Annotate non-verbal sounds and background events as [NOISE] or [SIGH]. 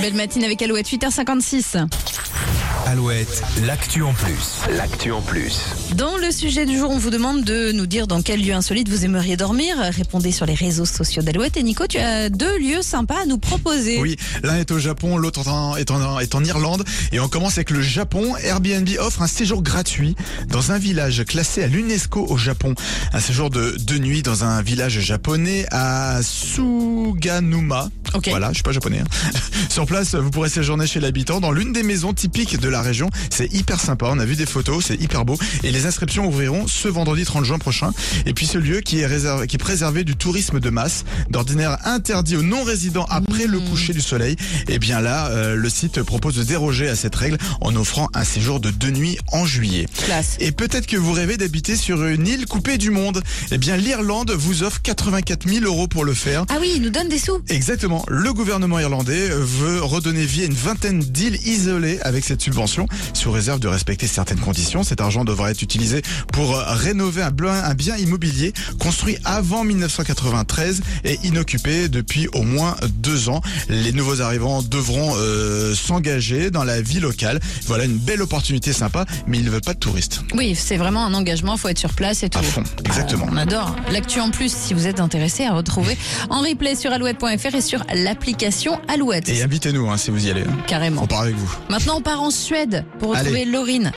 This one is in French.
Belle matinée avec Alouette, 8h56. Alouette, l'actu en plus. L'actu en plus. Dans le sujet du jour, on vous demande de nous dire dans quel lieu insolite vous aimeriez dormir. Répondez sur les réseaux sociaux d'Alouette. Et Nico, tu as deux lieux sympas à nous proposer. Oui, l'un est au Japon, l'autre en- est en, est en Irlande. Et on commence avec le Japon. Airbnb offre un séjour gratuit dans un village classé à l'UNESCO au Japon. Un séjour de deux nuits dans un village japonais à Suganuma. Ok. Voilà, je suis pas japonais. hein. [LAUGHS] Sur place, vous pourrez séjourner chez l'habitant dans l'une des maisons typiques de la région. C'est hyper sympa. On a vu des photos, c'est hyper beau. Et les inscriptions ouvriront ce vendredi 30 juin prochain. Et puis ce lieu qui est réservé, qui est préservé du tourisme de masse, d'ordinaire interdit aux non-résidents après le coucher du soleil. Et bien là, euh, le site propose de déroger à cette règle en offrant un séjour de deux nuits en juillet. Classe. Et peut-être que vous rêvez d'habiter sur une île coupée du monde. Eh bien, l'Irlande vous offre 84 000 euros pour le faire. Ah oui, il nous donne des sous. Exactement. Le gouvernement irlandais veut redonner vie à une vingtaine d'îles isolées avec cette subvention, sous réserve de respecter certaines conditions. Cet argent devra être utilisé pour euh, rénover un bien, un bien immobilier construit avant 1993 et inoccupé depuis au moins deux ans. Les nouveaux arrivants devront euh, s'engager dans la vie locale. Voilà une belle opportunité sympa, mais ils ne veulent pas de touristes. Oui, c'est vraiment un engagement, faut être sur place et tout. À fond, exactement. On adore. L'actu en plus, si vous êtes intéressé à retrouver en replay sur alouette.fr et sur l'application Alouette. euh, Et invitez-nous hein, si vous y allez. hein. Carrément. On part avec vous. Maintenant, on part en Suède pour retrouver Allez. Laurine.